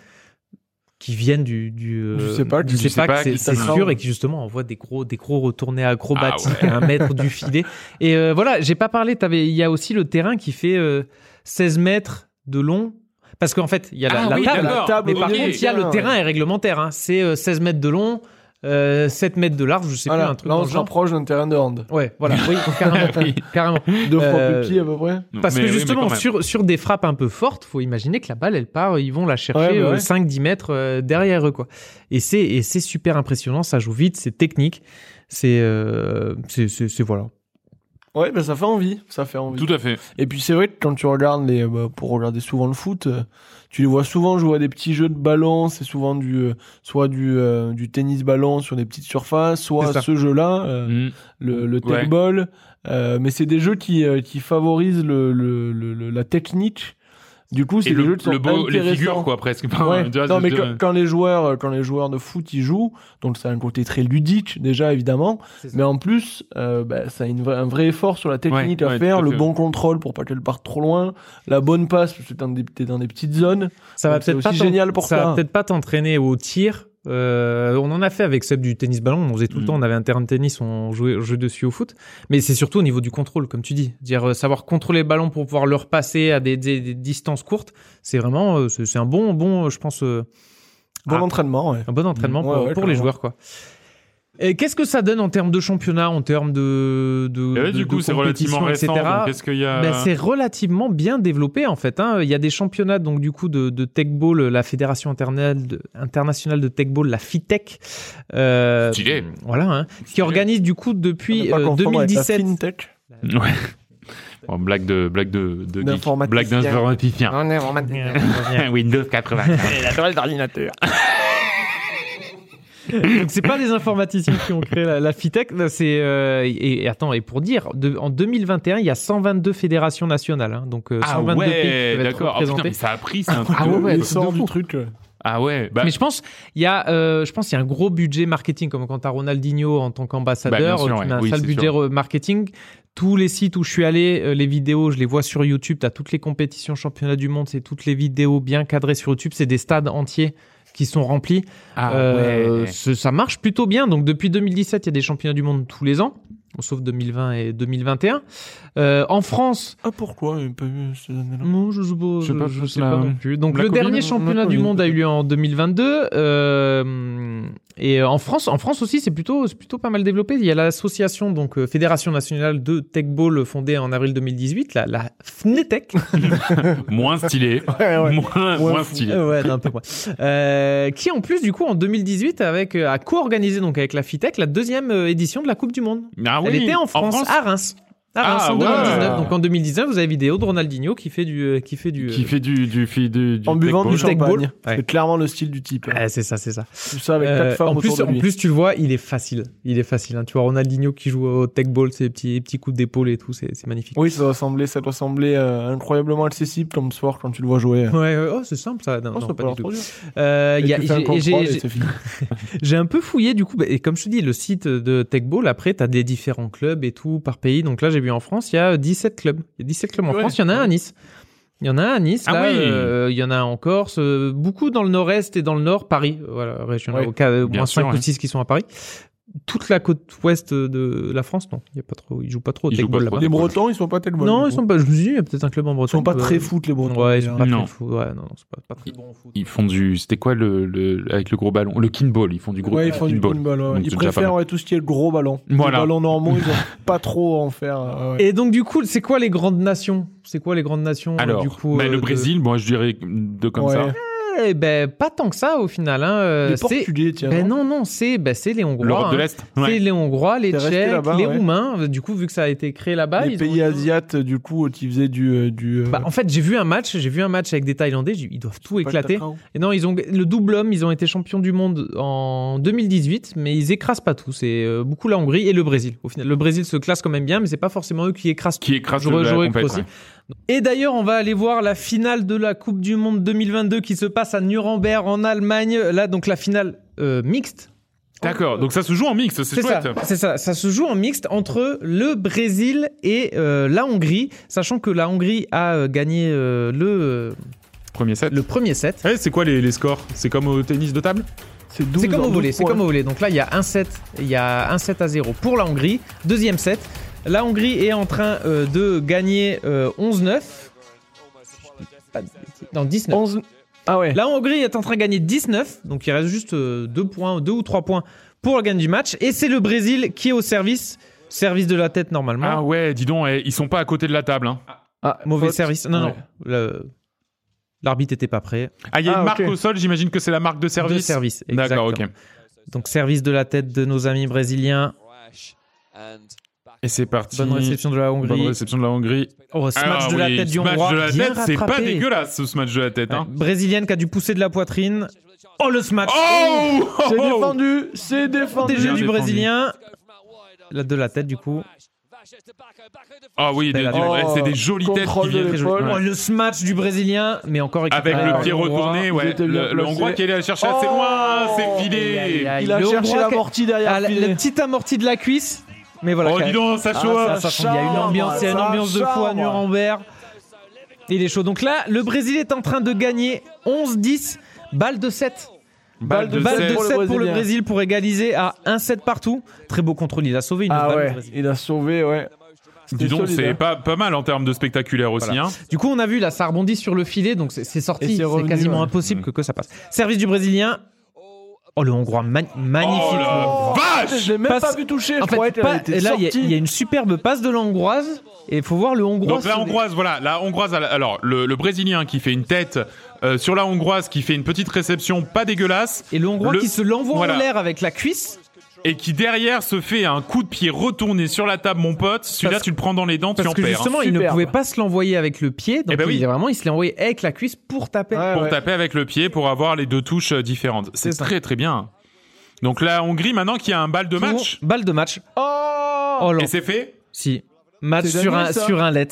[SPEAKER 1] qui viennent du du, euh,
[SPEAKER 3] Du Sepak.
[SPEAKER 1] du
[SPEAKER 4] Du
[SPEAKER 1] Sepak,
[SPEAKER 4] Sepak,
[SPEAKER 1] c'est
[SPEAKER 4] du
[SPEAKER 1] c'est
[SPEAKER 3] Takraw.
[SPEAKER 1] sûr et qui justement envoient des gros des gros retournés acrobatiques
[SPEAKER 4] Ah ouais.
[SPEAKER 1] à un mètre du filet et euh, voilà j'ai pas parlé t'avais il y a aussi le terrain qui fait euh, 16 mètres de long parce qu'en fait il y a la,
[SPEAKER 4] Ah
[SPEAKER 1] la
[SPEAKER 4] oui,
[SPEAKER 1] table
[SPEAKER 4] d'accord.
[SPEAKER 3] la table,
[SPEAKER 1] mais par
[SPEAKER 3] ok.
[SPEAKER 1] contre il y a le
[SPEAKER 3] Ah Ouais.
[SPEAKER 1] terrain est réglementaire hein. c'est euh, 16 mètres de long euh, 7 mètres de large je sais
[SPEAKER 3] Voilà.
[SPEAKER 1] plus un truc
[SPEAKER 3] Là,
[SPEAKER 1] dans
[SPEAKER 3] on
[SPEAKER 1] le
[SPEAKER 3] se
[SPEAKER 1] genre
[SPEAKER 3] rapproche d'un terrain de hand.
[SPEAKER 1] ouais voilà oui carrément
[SPEAKER 4] Oui.
[SPEAKER 1] carrément
[SPEAKER 3] Deux fois
[SPEAKER 1] Euh,
[SPEAKER 3] plus petit, à peu près.
[SPEAKER 1] parce
[SPEAKER 4] Mais
[SPEAKER 1] que
[SPEAKER 4] oui, mais
[SPEAKER 1] justement,
[SPEAKER 4] quand même.
[SPEAKER 1] sur, sur des frappes un peu fortes, faut imaginer que la balle, elle part, ils vont la chercher
[SPEAKER 3] Ouais, ouais, ouais.
[SPEAKER 1] 5-10 mètres euh, derrière eux. Quoi. Et c'est et c'est super impressionnant, ça joue vite, c'est technique, c'est... euh, c'est c'est- c'est- voilà.
[SPEAKER 3] Ouais, bah, ça fait envie. Ça fait envie.
[SPEAKER 4] Tout à fait.
[SPEAKER 3] Et puis c'est vrai que quand tu regardes les, bah, pour regarder souvent le foot, euh, tu les vois souvent jouer à des petits jeux de ballon. C'est souvent du, euh, soit du, euh, du tennis ballon sur des petites surfaces,
[SPEAKER 1] C'est ça.
[SPEAKER 3] soit ce jeu-là, euh,
[SPEAKER 4] Mm.
[SPEAKER 3] le, le
[SPEAKER 4] Ouais.
[SPEAKER 3] tech ball. Euh, mais c'est des jeux qui, euh, qui favorisent le, le- le- le- la technique. Du coup, c'est
[SPEAKER 4] Et
[SPEAKER 3] des jeux
[SPEAKER 4] le,
[SPEAKER 3] qui sont
[SPEAKER 4] le beau, les
[SPEAKER 3] intéressants.
[SPEAKER 4] figures, quoi, presque.
[SPEAKER 3] Ouais.
[SPEAKER 4] Tu vois,
[SPEAKER 3] non,
[SPEAKER 4] c'est-
[SPEAKER 3] mais quand, quand les joueurs, euh, quand les joueurs de foot ils jouent, donc c'est un côté très ludique déjà évidemment,
[SPEAKER 1] C'est ça.
[SPEAKER 3] mais en plus, euh, bah, ça a une vraie- un vrai effort sur la technique
[SPEAKER 4] Ouais,
[SPEAKER 3] à
[SPEAKER 4] ouais, tout
[SPEAKER 3] faire,
[SPEAKER 4] à
[SPEAKER 3] le
[SPEAKER 4] fait.
[SPEAKER 3] bon contrôle pour pas qu'elle parte trop loin, la bonne passe parce que t'es dans des, t'es dans des petites zones.
[SPEAKER 1] Ça va
[SPEAKER 3] Donc, c'est
[SPEAKER 1] peut-être pas
[SPEAKER 3] aussi
[SPEAKER 1] t'en-
[SPEAKER 3] génial pour
[SPEAKER 1] ça va
[SPEAKER 3] ça.
[SPEAKER 1] peut-être pas t'entraîner au tir. Euh, on en a fait avec Seb du tennis ballon, on faisait tout le
[SPEAKER 4] Mm.
[SPEAKER 1] temps, on avait un terrain de tennis, on jouait, on jouait dessus au foot. Mais c'est surtout au niveau du contrôle, comme tu dis, dire euh, savoir contrôler le ballon pour pouvoir le repasser à des, des- des distances courtes. C'est vraiment, euh, c'est c'est un bon, bon, euh, je pense. euh,
[SPEAKER 3] Bon
[SPEAKER 1] Ah.
[SPEAKER 3] entraînement, ouais.
[SPEAKER 1] un bon entraînement
[SPEAKER 3] Mmh. Ouais,
[SPEAKER 1] pour,
[SPEAKER 3] ouais,
[SPEAKER 1] pour les
[SPEAKER 3] clairement.
[SPEAKER 1] joueurs quoi. Et qu'est-ce que ça donne en termes de championnat, en termes de, de,
[SPEAKER 4] Et ouais,
[SPEAKER 1] de- de
[SPEAKER 4] du coup, c'est relativement
[SPEAKER 1] compétition,
[SPEAKER 4] récent.
[SPEAKER 1] etc.
[SPEAKER 4] donc Qu'est-ce qu'il y a
[SPEAKER 1] Ben, c'est relativement bien développé en fait. hein. Il y a des championnats donc du coup de, de tech ball, la fédération internationale de, internationale de tech ball, la FITech, E euh,
[SPEAKER 4] Stylé.
[SPEAKER 1] voilà, hein, qui organise du coup
[SPEAKER 3] À ne
[SPEAKER 1] depuis
[SPEAKER 3] pas
[SPEAKER 1] euh,
[SPEAKER 3] confondre avec la
[SPEAKER 1] 2017.
[SPEAKER 3] fintech.
[SPEAKER 4] Ouais. Bon, blague de blague de, de geek. blague
[SPEAKER 3] D'informaticien.
[SPEAKER 4] d'informaticien. Windows 80.
[SPEAKER 1] Donc c'est pas les informaticiens qui ont créé la, la FITech, là, c'est euh, et, et attends et pour dire, de- en 2021 il y a 122 fédérations nationales, hein, donc euh,
[SPEAKER 4] Ah
[SPEAKER 1] 122 pays qui
[SPEAKER 4] ouais,
[SPEAKER 1] peuvent être
[SPEAKER 4] d'accord. Ah, putain,
[SPEAKER 1] représentés.
[SPEAKER 4] mais ça a pris, c'est un truc.
[SPEAKER 1] Ah
[SPEAKER 4] de-
[SPEAKER 1] ouais, ouais.
[SPEAKER 3] L'essor
[SPEAKER 1] de
[SPEAKER 3] du
[SPEAKER 1] fou.
[SPEAKER 3] truc. euh.
[SPEAKER 4] Ah ouais. Bah,
[SPEAKER 1] mais je pense, il y a, euh, je pense, qu'il y a un gros budget marketing, comme quand t'as Ronaldinho en tant qu'ambassadeur,
[SPEAKER 4] Bah, bien sûr,
[SPEAKER 1] tu
[SPEAKER 4] ouais.
[SPEAKER 1] mets un
[SPEAKER 4] Oui,
[SPEAKER 1] sale
[SPEAKER 4] c'est
[SPEAKER 1] budget
[SPEAKER 4] sûr.
[SPEAKER 1] euh, marketing. Tous les sites où je suis allé, euh, les vidéos, je les vois sur YouTube. T'as toutes les compétitions championnats du monde, c'est toutes les vidéos bien cadrées sur YouTube. C'est des stades entiers qui sont remplis.
[SPEAKER 4] ah
[SPEAKER 1] Euh,
[SPEAKER 4] ouais.
[SPEAKER 1] ce- ça marche plutôt bien. Donc depuis 2017, il y a des championnats du monde tous les ans, sauf 2020 et 2021. Euh, en France,
[SPEAKER 3] Ah pourquoi il n'y a pas eu ces années-là
[SPEAKER 1] non, je sais pas,
[SPEAKER 4] Je sais pas,
[SPEAKER 1] je
[SPEAKER 4] je-
[SPEAKER 1] sais
[SPEAKER 4] la-
[SPEAKER 1] pas non plus. Donc
[SPEAKER 4] la
[SPEAKER 1] le
[SPEAKER 4] Covid,
[SPEAKER 1] dernier
[SPEAKER 4] la
[SPEAKER 1] championnat du
[SPEAKER 4] Covid.
[SPEAKER 1] monde a eu lieu en 2022 euh, et en France, en France aussi, c'est plutôt c'est plutôt pas mal développé. Il y a l'association donc euh, Fédération nationale de tech ball fondée en avril 2018, la, la FNETEC,
[SPEAKER 4] Moins stylé.
[SPEAKER 3] Ah
[SPEAKER 1] Mm.
[SPEAKER 3] ouais.
[SPEAKER 4] Moins, moins
[SPEAKER 3] fou.
[SPEAKER 4] stylé.
[SPEAKER 1] Euh, ouais, non, un peu moins. Euh, qui en plus du coup en 2018 avec euh, a co-organisé donc avec la FITEC la deuxième euh, édition de la Coupe du Monde.
[SPEAKER 4] Ah
[SPEAKER 1] Elle
[SPEAKER 4] oui,
[SPEAKER 1] était en France, à Reims. À Reims
[SPEAKER 4] Ah,
[SPEAKER 1] en
[SPEAKER 4] ouais.
[SPEAKER 1] 2019. Donc en 2019, vous avez vidéo de Ronaldinho qui fait du euh, qui fait du
[SPEAKER 4] qui
[SPEAKER 1] euh,
[SPEAKER 4] fait du du fi- du, du
[SPEAKER 3] En
[SPEAKER 4] tech
[SPEAKER 3] buvant
[SPEAKER 4] ball.
[SPEAKER 3] du
[SPEAKER 1] tech ball.
[SPEAKER 3] champagne.
[SPEAKER 1] Ouais.
[SPEAKER 3] C'est clairement le style du type. hein.
[SPEAKER 1] Ouais, c'est ça, c'est ça.
[SPEAKER 3] Tout ça avec
[SPEAKER 1] Euh,
[SPEAKER 3] quatre femmes
[SPEAKER 1] en plus,
[SPEAKER 3] autour de
[SPEAKER 1] en
[SPEAKER 3] lui.
[SPEAKER 1] plus, tu le vois, il est facile. Il est facile. hein. Tu vois Ronaldinho qui joue au tech ball, ses petits, petits coups d'épaule et tout, c'est c'est magnifique.
[SPEAKER 3] Oui, ça doit sembler, ça doit sembler euh, incroyablement accessible comme sport quand tu le vois jouer.
[SPEAKER 1] Ouais, ouais, oh, c'est simple ça. Non, non,
[SPEAKER 3] Oh, ça peut
[SPEAKER 1] pas
[SPEAKER 3] leur
[SPEAKER 1] du tout.
[SPEAKER 3] produire.
[SPEAKER 1] Euh, il y a-
[SPEAKER 3] Et tu fais un
[SPEAKER 1] j'ai-
[SPEAKER 3] contrôle
[SPEAKER 1] j'ai-
[SPEAKER 3] et
[SPEAKER 1] j'ai-
[SPEAKER 3] c'est fini.
[SPEAKER 1] J'ai un peu fouillé du coup, bah, et comme je te dis, le site de tech ball, après, tu as des différents clubs et tout par pays. Donc là, j'ai vu en France, il y a 17 clubs. Il y a 17 clubs en
[SPEAKER 3] Ouais.
[SPEAKER 1] France, il y en a un à Nice. Il y en a un à Nice,
[SPEAKER 4] Ah
[SPEAKER 1] là,
[SPEAKER 4] oui.
[SPEAKER 1] euh, il y en a un en Corse, euh, beaucoup dans le nord-est et dans le nord, Paris, voilà, région,
[SPEAKER 3] Ouais.
[SPEAKER 1] au cas, au
[SPEAKER 4] Bien
[SPEAKER 1] moins
[SPEAKER 4] sûr,
[SPEAKER 1] 5 ou
[SPEAKER 4] ouais.
[SPEAKER 1] 6 qui sont à Paris. toute la côte ouest de la France, non, il y a pas trop, ils jouent pas trop au
[SPEAKER 4] Ils jouent
[SPEAKER 1] techball
[SPEAKER 4] pas trop
[SPEAKER 1] là-bas.
[SPEAKER 4] au
[SPEAKER 3] Les Bretons, ils sont pas tellement.
[SPEAKER 1] Non,
[SPEAKER 3] du
[SPEAKER 1] ils
[SPEAKER 3] coup.
[SPEAKER 1] sont pas. Je me suis dit, il y a peut-être un club en
[SPEAKER 3] Ils
[SPEAKER 1] Bretagne.
[SPEAKER 3] sont pas
[SPEAKER 1] qui-
[SPEAKER 3] très foot, les Bretons.
[SPEAKER 1] Ouais, ils sont pas
[SPEAKER 4] Non.
[SPEAKER 1] très fous. Ouais, non, non, c'est pas, pas très bon au foot.
[SPEAKER 4] Ils font du. C'était quoi le, le- Avec le gros ballon Le kinball. Ils font du gros
[SPEAKER 3] Ouais, ils font du
[SPEAKER 4] kinball.
[SPEAKER 3] pinball. ouais.
[SPEAKER 4] Donc,
[SPEAKER 3] Ils
[SPEAKER 4] c'est déjà pas
[SPEAKER 3] préfèrent
[SPEAKER 4] mal.
[SPEAKER 3] ouais, tout ce qui est le gros ballon.
[SPEAKER 4] Voilà.
[SPEAKER 3] Les ballons normaux, ils ont pas trop à en faire. euh, ouais.
[SPEAKER 1] Et donc du coup, c'est quoi les grandes nations C'est quoi les grandes nations euh,
[SPEAKER 4] Alors,
[SPEAKER 1] du coup
[SPEAKER 4] bah,
[SPEAKER 1] euh,
[SPEAKER 4] le
[SPEAKER 1] de-
[SPEAKER 4] Brésil, moi je dirais de comme
[SPEAKER 3] Ouais.
[SPEAKER 4] ça.
[SPEAKER 1] Eh ben pas tant que ça au final. Hein. euh,
[SPEAKER 3] Les
[SPEAKER 1] c'est-
[SPEAKER 3] Portugais, tiens.
[SPEAKER 1] Ben non, non, c'est ben, c'est les Hongrois.
[SPEAKER 4] L'Europe de
[SPEAKER 1] hein.
[SPEAKER 4] l'Est.
[SPEAKER 1] C'est
[SPEAKER 4] Ouais.
[SPEAKER 1] les Hongrois, les
[SPEAKER 3] T'es resté
[SPEAKER 1] Tchèques,
[SPEAKER 3] là-bas,
[SPEAKER 1] les
[SPEAKER 3] ouais.
[SPEAKER 1] Roumains. euh, Du coup, vu que ça a été créé là-bas,
[SPEAKER 3] les
[SPEAKER 1] ils
[SPEAKER 3] pays
[SPEAKER 1] ont-
[SPEAKER 3] asiates, du coup, qui faisaient du. euh, du euh,
[SPEAKER 1] Bah, en fait, j'ai vu un match, j'ai vu un match avec des Thaïlandais, j'ai- ils doivent tout
[SPEAKER 3] pas
[SPEAKER 1] éclater.
[SPEAKER 3] takraw.
[SPEAKER 1] Et non, ils ont le double homme, ils ont été champions du monde en 2018, mais ils écrasent pas tout. C'est euh, beaucoup la Hongrie et le Brésil. Au final, le Brésil se classe quand même bien, mais c'est pas forcément eux qui écrasent
[SPEAKER 4] Qui écrase
[SPEAKER 1] J'aurais-
[SPEAKER 4] le- la
[SPEAKER 1] j'aurais
[SPEAKER 4] compète,
[SPEAKER 1] aussi.
[SPEAKER 4] ouais.
[SPEAKER 1] Et d'ailleurs, on va aller voir la finale de la Coupe du Monde 2022 qui se passe à Nuremberg en Allemagne. Là, donc la finale euh, mixte.
[SPEAKER 4] D'accord, donc ça se joue en mix, c'est
[SPEAKER 1] C'est ça,
[SPEAKER 4] chouette.
[SPEAKER 1] c'est ça. Ça se joue en mixte entre le Brésil et euh, la Hongrie, sachant que la Hongrie a euh, gagné euh, le,
[SPEAKER 4] Premier set.
[SPEAKER 1] le premier set.
[SPEAKER 4] Eh, c'est quoi les, les scores C'est comme au tennis de table
[SPEAKER 3] C'est
[SPEAKER 1] C'est
[SPEAKER 3] 12
[SPEAKER 1] comme
[SPEAKER 3] en
[SPEAKER 1] au
[SPEAKER 3] 12
[SPEAKER 1] volet, c'est
[SPEAKER 3] points.
[SPEAKER 1] comme au volet. Donc là, il y a un set, il y a un set à 0 pour la Hongrie. Deuxième set, la Hongrie est en train euh, de gagner euh, 11-9. Pas de- Non, 19.
[SPEAKER 3] 11. Ah ouais.
[SPEAKER 1] La Hongrie est en train de gagner 19, donc il reste juste 2 points, deux ou 3 points pour le gain du match. Et c'est le Brésil qui est au service, service de la tête
[SPEAKER 4] Ah
[SPEAKER 1] normalement.
[SPEAKER 4] ouais, dis donc, eh, ils sont pas à côté de la table. Hein.
[SPEAKER 3] Ah,
[SPEAKER 1] Mauvais
[SPEAKER 3] faute.
[SPEAKER 1] service. Non,
[SPEAKER 3] Ouais.
[SPEAKER 1] non, le- l'arbitre était pas prêt.
[SPEAKER 4] Ah, il y a
[SPEAKER 3] Ah,
[SPEAKER 4] une marque
[SPEAKER 3] ok.
[SPEAKER 4] au sol, j'imagine que c'est la marque de service.
[SPEAKER 1] De service.
[SPEAKER 4] D'accord, ok.
[SPEAKER 1] exactement. Donc service de la tête de nos amis brésiliens.
[SPEAKER 4] Et c'est parti.
[SPEAKER 1] Bonne réception de la
[SPEAKER 4] Bonne
[SPEAKER 1] Hongrie.
[SPEAKER 4] réception de la Hongrie.
[SPEAKER 1] Oh, ce
[SPEAKER 4] Ah
[SPEAKER 1] match de la
[SPEAKER 4] oui,
[SPEAKER 1] tête
[SPEAKER 4] ce
[SPEAKER 1] du
[SPEAKER 4] match
[SPEAKER 1] Hongrois.
[SPEAKER 4] de la
[SPEAKER 1] bien
[SPEAKER 4] tête, c'est pas
[SPEAKER 1] rattrapé.
[SPEAKER 4] dégueulasse ce ce match de la tête. Hein.
[SPEAKER 1] Ouais, Brésilienne qui a dû pousser de la poitrine. Oh, le smash
[SPEAKER 4] Oh, Oh
[SPEAKER 3] C'est
[SPEAKER 4] oh
[SPEAKER 3] défendu, c'est
[SPEAKER 1] Protégé du
[SPEAKER 4] Bien défendu.
[SPEAKER 3] défendu.
[SPEAKER 1] Brésilien. Là, de Oh, la tête, du coup.
[SPEAKER 4] Ah oui, des-
[SPEAKER 1] Belle
[SPEAKER 4] des-
[SPEAKER 1] attaque.
[SPEAKER 4] ouais, c'est des jolies
[SPEAKER 3] Oh,
[SPEAKER 4] têtes qui
[SPEAKER 3] contrôle de
[SPEAKER 4] viennent.
[SPEAKER 1] Très joli.
[SPEAKER 3] l'épaule.
[SPEAKER 1] Oh, le smash du Brésilien, mais encore
[SPEAKER 4] Avec
[SPEAKER 1] récupéré par
[SPEAKER 4] le pied
[SPEAKER 1] Ah, Hongrois.
[SPEAKER 4] retourné, ouais.
[SPEAKER 3] étaient bien
[SPEAKER 4] Le, le Hongrois
[SPEAKER 3] placés.
[SPEAKER 4] qui est allé chercher assez
[SPEAKER 3] Oh
[SPEAKER 4] loin, c'est
[SPEAKER 1] Aïe, aïe,
[SPEAKER 4] filé.
[SPEAKER 1] aïe.
[SPEAKER 3] Il a
[SPEAKER 1] Le
[SPEAKER 3] cherché
[SPEAKER 1] Hongrois qui-
[SPEAKER 3] l'amorti derrière.
[SPEAKER 1] Ah, la,
[SPEAKER 3] filet.
[SPEAKER 1] la petite amortie de la cuisse. Mais voilà.
[SPEAKER 4] Oh,
[SPEAKER 1] quand
[SPEAKER 4] dis
[SPEAKER 1] même.
[SPEAKER 4] donc, ça chauffe.
[SPEAKER 1] Ah, ça change. il y a une
[SPEAKER 3] chambre,
[SPEAKER 1] ambiance, il y a une
[SPEAKER 3] ça
[SPEAKER 1] ambiance de fou à
[SPEAKER 3] chambre.
[SPEAKER 1] Nuremberg. Il est chaud. Donc là, le Brésil est en train de gagner 11-10, balle de 7.
[SPEAKER 4] Balle de
[SPEAKER 1] balle
[SPEAKER 4] sept.
[SPEAKER 1] de 7 pour le
[SPEAKER 3] Brésilien.
[SPEAKER 1] Brésil pour égaliser à 1-7 partout. Très beau contrôle, il a sauvé une
[SPEAKER 3] Ah
[SPEAKER 1] balle.
[SPEAKER 3] ouais,
[SPEAKER 1] le Brésil.
[SPEAKER 3] il a sauvé, ouais.
[SPEAKER 4] Dis donc,
[SPEAKER 3] solide,
[SPEAKER 4] c'est
[SPEAKER 3] hein.
[SPEAKER 4] pas, pas mal en termes de spectaculaire aussi.
[SPEAKER 1] Voilà.
[SPEAKER 4] Hein.
[SPEAKER 1] Du coup, on a vu là, ça rebondit sur le filet, donc c'est c'est
[SPEAKER 3] Et
[SPEAKER 1] sorti.
[SPEAKER 3] c'est
[SPEAKER 1] C'est
[SPEAKER 3] revenu,
[SPEAKER 1] quasiment
[SPEAKER 3] ouais.
[SPEAKER 4] Mm.
[SPEAKER 1] impossible que, que ça passe. Service du Brésilien. Oh, le Hongrois, ma- magnifique.
[SPEAKER 4] Oh
[SPEAKER 1] le Hongrois.
[SPEAKER 4] la vache
[SPEAKER 3] Je l'ai même
[SPEAKER 1] Passe-
[SPEAKER 3] pas vu toucher, je
[SPEAKER 1] En fait,
[SPEAKER 3] croyais qu'elle
[SPEAKER 1] pas-
[SPEAKER 3] était
[SPEAKER 1] et là, il y a-
[SPEAKER 3] sortie.
[SPEAKER 1] il y, a une superbe passe de l'Hongroise. Et il faut voir le Hongrois.
[SPEAKER 4] Donc la
[SPEAKER 1] se-
[SPEAKER 4] hongroise, voilà, la hongroise. elle- Alors le, le brésilien qui fait une tête euh, sur la hongroise, qui fait une petite réception pas dégueulasse,
[SPEAKER 1] Et le Hongrois
[SPEAKER 4] Le-
[SPEAKER 1] qui se l'envoie
[SPEAKER 4] voilà.
[SPEAKER 1] en l'air avec la cuisse.
[SPEAKER 4] et qui derrière se fait un coup de pied retourné sur la table, mon pote. Celui-là,
[SPEAKER 1] Parce-
[SPEAKER 4] tu le prends dans les dents, tu en
[SPEAKER 1] Parce que
[SPEAKER 4] perds. hein.
[SPEAKER 1] justement, il ne
[SPEAKER 3] Superbe.
[SPEAKER 1] pouvait pas se l'envoyer avec le pied. Donc
[SPEAKER 4] Eh ben oui.
[SPEAKER 1] il, vraiment, il se l'est envoyé avec la cuisse pour taper.
[SPEAKER 3] Ouais,
[SPEAKER 4] Pour
[SPEAKER 3] ouais.
[SPEAKER 4] taper avec le pied, pour avoir les deux touches euh, différentes. C'est
[SPEAKER 1] euh, C'est ça.
[SPEAKER 4] très très bien. Donc la Hongrie maintenant qui a un balle de
[SPEAKER 1] Pour-
[SPEAKER 4] match
[SPEAKER 1] Balle de match.
[SPEAKER 3] Oh
[SPEAKER 1] Oh là.
[SPEAKER 4] et c'est fait.
[SPEAKER 1] Si. Match
[SPEAKER 3] C'est
[SPEAKER 1] sur
[SPEAKER 3] dingue,
[SPEAKER 1] un,
[SPEAKER 3] ça.
[SPEAKER 1] sur un let.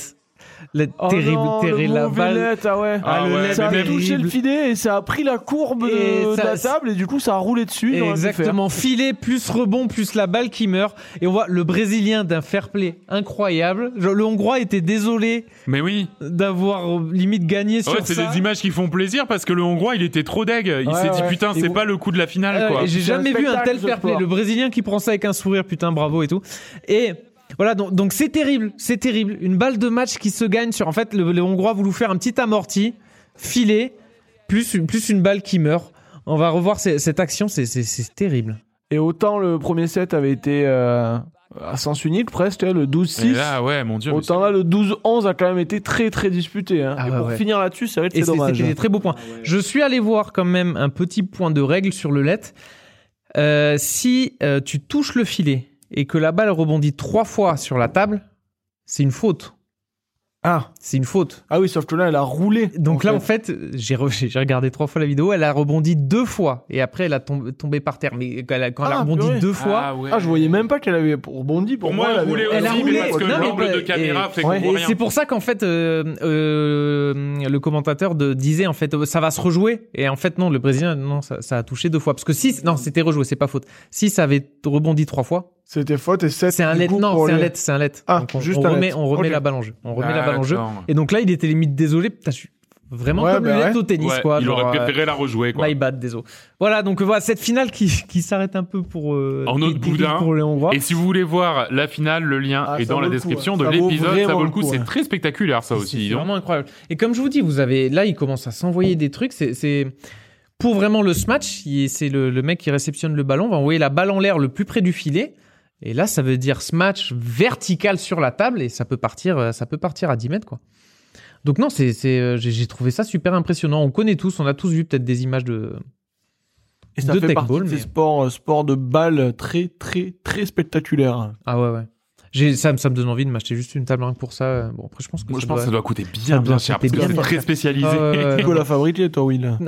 [SPEAKER 1] Let-
[SPEAKER 3] Oh
[SPEAKER 1] terrible,
[SPEAKER 3] non, le
[SPEAKER 1] terrible. La
[SPEAKER 3] mauvais
[SPEAKER 1] balle.
[SPEAKER 3] net, ah ouais.
[SPEAKER 1] Ah,
[SPEAKER 4] Ah
[SPEAKER 1] le
[SPEAKER 4] ouais,
[SPEAKER 1] let
[SPEAKER 3] ça a
[SPEAKER 4] mais-
[SPEAKER 3] touché le
[SPEAKER 1] terrible.
[SPEAKER 3] filet et ça a pris la courbe
[SPEAKER 1] Et
[SPEAKER 3] de, de
[SPEAKER 1] ça-
[SPEAKER 3] la table et du coup ça a roulé dessus. il aurait pu
[SPEAKER 1] Exactement, filet plus rebond plus la balle qui meurt. Et on voit le Brésilien d'un fair play incroyable. Genre, Le Hongrois était désolé
[SPEAKER 4] Mais oui.
[SPEAKER 1] d'avoir euh, limite gagné sur
[SPEAKER 4] Ouais, c'est
[SPEAKER 1] ça.
[SPEAKER 4] des images qui font plaisir parce que le Hongrois, il était trop deg. Il
[SPEAKER 3] Ouais,
[SPEAKER 4] s'est dit
[SPEAKER 3] ouais.
[SPEAKER 4] putain,
[SPEAKER 3] Et
[SPEAKER 4] c'est
[SPEAKER 3] vous-
[SPEAKER 4] pas le coup de la finale
[SPEAKER 1] Euh,
[SPEAKER 4] quoi.
[SPEAKER 1] et J'ai
[SPEAKER 3] C'est
[SPEAKER 1] jamais
[SPEAKER 3] un
[SPEAKER 1] vu un
[SPEAKER 3] spectacle,
[SPEAKER 1] tel
[SPEAKER 3] ce
[SPEAKER 1] fair play.
[SPEAKER 3] sport.
[SPEAKER 1] Le Brésilien qui prend ça avec un sourire, putain, bravo et tout. Et voilà, donc donc c'est terrible, c'est terrible. Une balle de match qui se gagne sur. En fait, le, les Hongrois voulu faire un petit amorti, filet, plus une, plus une balle qui meurt. On va revoir ces- cette action, c'est- c'est c'est terrible.
[SPEAKER 3] faire. Et autant le premier set avait été euh, à sens unique presque, hein, le
[SPEAKER 4] Et
[SPEAKER 3] 12-6.
[SPEAKER 4] là, ouais, mon dieu. mais
[SPEAKER 3] Autant là, le 12-11 a quand même été très très disputé. hein.
[SPEAKER 1] Ah
[SPEAKER 3] et
[SPEAKER 1] ouais,
[SPEAKER 3] pour
[SPEAKER 1] ouais.
[SPEAKER 3] finir là-dessus, c'est vrai que
[SPEAKER 1] Et
[SPEAKER 3] c'est
[SPEAKER 1] c'est-
[SPEAKER 3] dommage. hein. Ah
[SPEAKER 1] c'était des très beaux points. Je suis allé voir quand même un petit point de règle sur le let. Euh, si euh, tu touches le filet et que la balle rebondit trois fois sur la table, c'est une faute.
[SPEAKER 3] Ah.
[SPEAKER 1] C'est une faute.
[SPEAKER 3] ah oui, sauf que là, elle a roulé.
[SPEAKER 1] Donc
[SPEAKER 3] en
[SPEAKER 1] là,
[SPEAKER 3] fait.
[SPEAKER 1] en fait, j'ai re- j'ai j'ai regardé trois fois la vidéo. Elle a rebondi deux fois et après, elle a tom- tombé par terre. Mais quand elle a, quand elle a
[SPEAKER 3] Ah,
[SPEAKER 1] rebondi
[SPEAKER 3] purée.
[SPEAKER 1] deux
[SPEAKER 4] c'est-
[SPEAKER 1] fois,
[SPEAKER 4] Ah, ouais.
[SPEAKER 3] Ah, je voyais même pas qu'elle avait rebondi. Pour,
[SPEAKER 4] Pour moi,
[SPEAKER 3] elle
[SPEAKER 4] elle
[SPEAKER 3] avait-
[SPEAKER 4] roulait
[SPEAKER 1] elle a
[SPEAKER 4] aussi, mais
[SPEAKER 1] roulé.
[SPEAKER 4] parce que
[SPEAKER 1] Non, mais
[SPEAKER 4] l'angle
[SPEAKER 1] bah,
[SPEAKER 4] de caméra
[SPEAKER 1] et-
[SPEAKER 4] fait qu'on
[SPEAKER 3] ouais,
[SPEAKER 4] voit
[SPEAKER 1] et
[SPEAKER 4] rien.
[SPEAKER 1] c'est pour ça qu'en fait, euh, euh, le commentateur de- disait en fait, euh, ça va se rejouer. Et en fait, non, le Brésilien, non, ça, ça a touché deux fois. Parce que si, non, c'était rejoué, c'est pas faute. Si ça avait rebondi trois fois,
[SPEAKER 3] C'était faute et 7.
[SPEAKER 1] c'est un let. Non, c'est un let, c'est un let.
[SPEAKER 3] Ah,
[SPEAKER 1] Donc on,
[SPEAKER 3] juste
[SPEAKER 1] on
[SPEAKER 3] un let.
[SPEAKER 1] remet, on remet
[SPEAKER 3] Ok.
[SPEAKER 1] la balle en jeu. On remet
[SPEAKER 4] Ah,
[SPEAKER 1] la balle en jeu.
[SPEAKER 4] d'accord.
[SPEAKER 1] Et donc là, il était limite désolé. Putain, je suis Vraiment
[SPEAKER 3] Ouais,
[SPEAKER 1] comme
[SPEAKER 3] bah
[SPEAKER 1] lunettes
[SPEAKER 3] ouais.
[SPEAKER 1] au tennis,
[SPEAKER 4] Ouais,
[SPEAKER 1] quoi.
[SPEAKER 4] il
[SPEAKER 1] genre,
[SPEAKER 4] aurait
[SPEAKER 1] euh,
[SPEAKER 4] préféré la rejouer, quoi.
[SPEAKER 1] My bad, désolé. Voilà, donc voilà, cette finale qui, qui s'arrête un peu pour... euh,
[SPEAKER 4] En autre
[SPEAKER 1] débile
[SPEAKER 4] boudin.
[SPEAKER 1] Pour les Hongrois.
[SPEAKER 4] Et si vous voulez voir la finale, le lien
[SPEAKER 3] Ah,
[SPEAKER 4] est
[SPEAKER 3] ça
[SPEAKER 4] dans
[SPEAKER 3] vaut
[SPEAKER 4] la
[SPEAKER 3] le coup,
[SPEAKER 4] description
[SPEAKER 3] ouais.
[SPEAKER 4] de
[SPEAKER 3] Ça vaut
[SPEAKER 4] l'épisode. Ça
[SPEAKER 3] vraiment
[SPEAKER 4] vaut le
[SPEAKER 3] le
[SPEAKER 4] coup,
[SPEAKER 3] coup,
[SPEAKER 4] c'est
[SPEAKER 3] ouais.
[SPEAKER 4] très spectaculaire ça
[SPEAKER 1] C'est-
[SPEAKER 4] aussi. dis
[SPEAKER 1] C'est
[SPEAKER 4] donc.
[SPEAKER 1] vraiment incroyable. Et comme je vous dis, vous avez là, il commence à s'envoyer des trucs. C'est- C'est pour vraiment le smash. il- C'est le, le mec qui réceptionne le ballon, va envoyer la balle en l'air le plus près du filet. Et là, ça veut dire smash vertical sur la table et ça peut partir, euh, ça peut partir à 10 mètres, quoi. Donc non, c'est, c'est, euh, j'ai j'ai trouvé ça super impressionnant. On connaît tous, on a tous vu peut-être des images de.
[SPEAKER 3] Et ça
[SPEAKER 1] de
[SPEAKER 3] fait
[SPEAKER 1] tech
[SPEAKER 3] partie
[SPEAKER 1] ball,
[SPEAKER 3] de ces
[SPEAKER 1] mais-
[SPEAKER 3] sports, euh, sports de balle très, très, très spectaculaires.
[SPEAKER 1] Ah ouais ouais. J'ai, ça, me- ça me donne envie de m'acheter juste une table rien que pour ça. Euh, Bon après, je pense que
[SPEAKER 4] Moi,
[SPEAKER 1] ça
[SPEAKER 4] je pense que
[SPEAKER 1] doit-
[SPEAKER 4] ça doit coûter bien, bien
[SPEAKER 1] doit
[SPEAKER 4] cher
[SPEAKER 1] coûter
[SPEAKER 4] parce que
[SPEAKER 1] Ah, bien
[SPEAKER 4] c'est
[SPEAKER 1] cher.
[SPEAKER 4] très spécialisé.
[SPEAKER 1] Ah ouais, ouais,
[SPEAKER 3] Tu
[SPEAKER 1] ouais.
[SPEAKER 3] peux la fabriquer, toi, Will.
[SPEAKER 1] Hein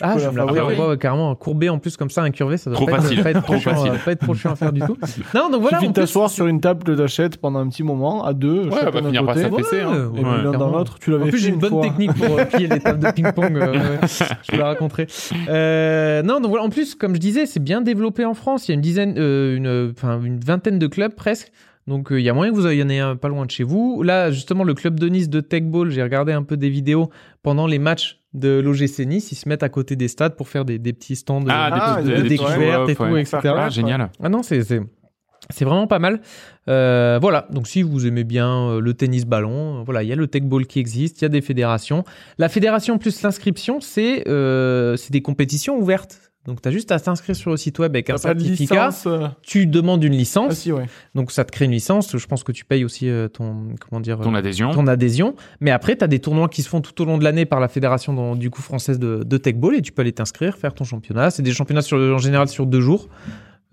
[SPEAKER 1] Ah,
[SPEAKER 3] peux
[SPEAKER 1] je
[SPEAKER 3] la
[SPEAKER 1] me la
[SPEAKER 3] fabriquer.
[SPEAKER 1] fabrique, ouais, ouais, carrément. Courbé en plus comme ça, incurvé, ça doit
[SPEAKER 4] Trop
[SPEAKER 1] pas,
[SPEAKER 4] facile.
[SPEAKER 1] Être, pas être trop,
[SPEAKER 4] Trop
[SPEAKER 1] chiant,
[SPEAKER 4] facile.
[SPEAKER 1] euh, pas être trop chiant à faire du tout. Non, donc voilà. en
[SPEAKER 3] Suffit de
[SPEAKER 1] plus,
[SPEAKER 3] t'asseoir sur une table que t'achètes pendant un petit moment, à deux,
[SPEAKER 4] Ouais,
[SPEAKER 3] chacun
[SPEAKER 4] elle va
[SPEAKER 3] d'un
[SPEAKER 4] finir par
[SPEAKER 3] côté,
[SPEAKER 1] Ouais,
[SPEAKER 4] s'affaisser. hein.
[SPEAKER 1] ouais,
[SPEAKER 3] et
[SPEAKER 4] Ouais.
[SPEAKER 3] puis l'un dans l'autre. Tu l'avais
[SPEAKER 1] En plus,
[SPEAKER 3] fait
[SPEAKER 1] j'ai une bonne
[SPEAKER 3] fois.
[SPEAKER 1] technique pour euh, plier les tables de ping-pong. euh, ouais, ouais. je vous la raconterai. Euh, non, donc voilà. En plus, comme je disais, c'est bien développé en France. Il y a une dizaine, euh, une, enfin, une vingtaine de clubs presque. Donc, euh, il y a moyen que vous ayez- il y en ait un pas loin de chez vous. Là, justement, le club de Nice de Tech Ball, j'ai regardé un peu des vidéos pendant les matchs de l'OGC Nice. Ils se mettent à côté des stades pour faire des, des petits stands de-
[SPEAKER 3] Ah,
[SPEAKER 1] de,
[SPEAKER 3] des- des
[SPEAKER 1] découvertes et tout,
[SPEAKER 4] ouais.
[SPEAKER 1] etc.
[SPEAKER 4] Ah, génial.
[SPEAKER 1] Ah non, c'est c'est c'est vraiment pas mal. Euh, voilà, donc si vous aimez bien euh, le tennis ballon, euh, voilà, il y a le tech ball qui existe, il y a des fédérations. La fédération plus l'inscription, c'est euh, c'est des compétitions ouvertes. Donc tu as juste à t'inscrire sur le site web avec un
[SPEAKER 3] T'as pas de
[SPEAKER 1] certificat,
[SPEAKER 3] licence. euh,
[SPEAKER 1] tu demandes une licence,
[SPEAKER 3] Ah si, ouais.
[SPEAKER 1] donc ça te crée une licence, je pense que tu payes aussi euh, ton comment dire euh,
[SPEAKER 4] Ton adhésion.
[SPEAKER 1] ton adhésion, mais après, tu as des tournois qui se font tout au long de l'année par la fédération dans- du coup française de, de tech ball et tu peux aller t'inscrire, faire ton championnat. C'est des championnats sur, en général sur deux jours.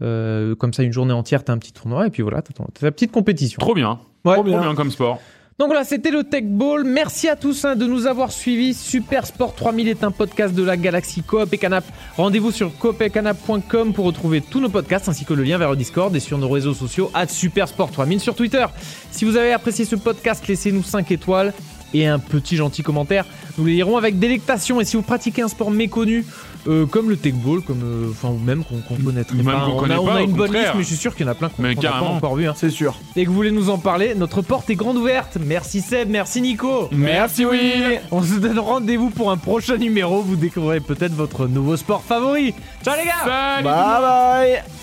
[SPEAKER 1] Euh, comme ça, une journée entière, tu as un petit tournoi et puis voilà, tu as ta petite compétition.
[SPEAKER 4] Trop bien.
[SPEAKER 1] Ouais.
[SPEAKER 4] Trop bien comme sport.
[SPEAKER 1] Donc voilà, c'était le Tech Ball. Merci à tous hein, de nous avoir suivis. Super Sport 3000 est un podcast de la galaxie Coop et Canap. Rendez-vous sur coopetcanap.com pour retrouver tous nos podcasts ainsi que le lien vers le Discord et sur nos réseaux sociaux at Supersport 3000 sur Twitter. Si vous avez apprécié ce podcast, laissez-nous 5 étoiles et un petit gentil commentaire. Nous les lirons avec délectation. Et si vous pratiquez un sport méconnu, euh, comme le Tech Ball, comme, euh, enfin, ou même qu'on qu'on connaîtrait
[SPEAKER 4] Même
[SPEAKER 1] pas,
[SPEAKER 4] qu'on
[SPEAKER 1] on,
[SPEAKER 4] connaît
[SPEAKER 1] a, on
[SPEAKER 4] pas,
[SPEAKER 1] a
[SPEAKER 4] au
[SPEAKER 1] une bonne
[SPEAKER 4] contraire.
[SPEAKER 1] liste, mais je suis sûr qu'il y en a plein qu'on
[SPEAKER 4] Mais
[SPEAKER 1] qu'on n'a pas
[SPEAKER 4] carrément.
[SPEAKER 1] encore vu. hein
[SPEAKER 3] C'est sûr.
[SPEAKER 1] et que vous voulez nous en parler, notre porte est grande ouverte. Merci Seb, merci Nico.
[SPEAKER 4] Merci Will.
[SPEAKER 1] On se donne rendez-vous pour un prochain numéro. Vous découvrirez peut-être votre nouveau sport favori. Ciao les gars
[SPEAKER 4] Salut.
[SPEAKER 3] Bye bye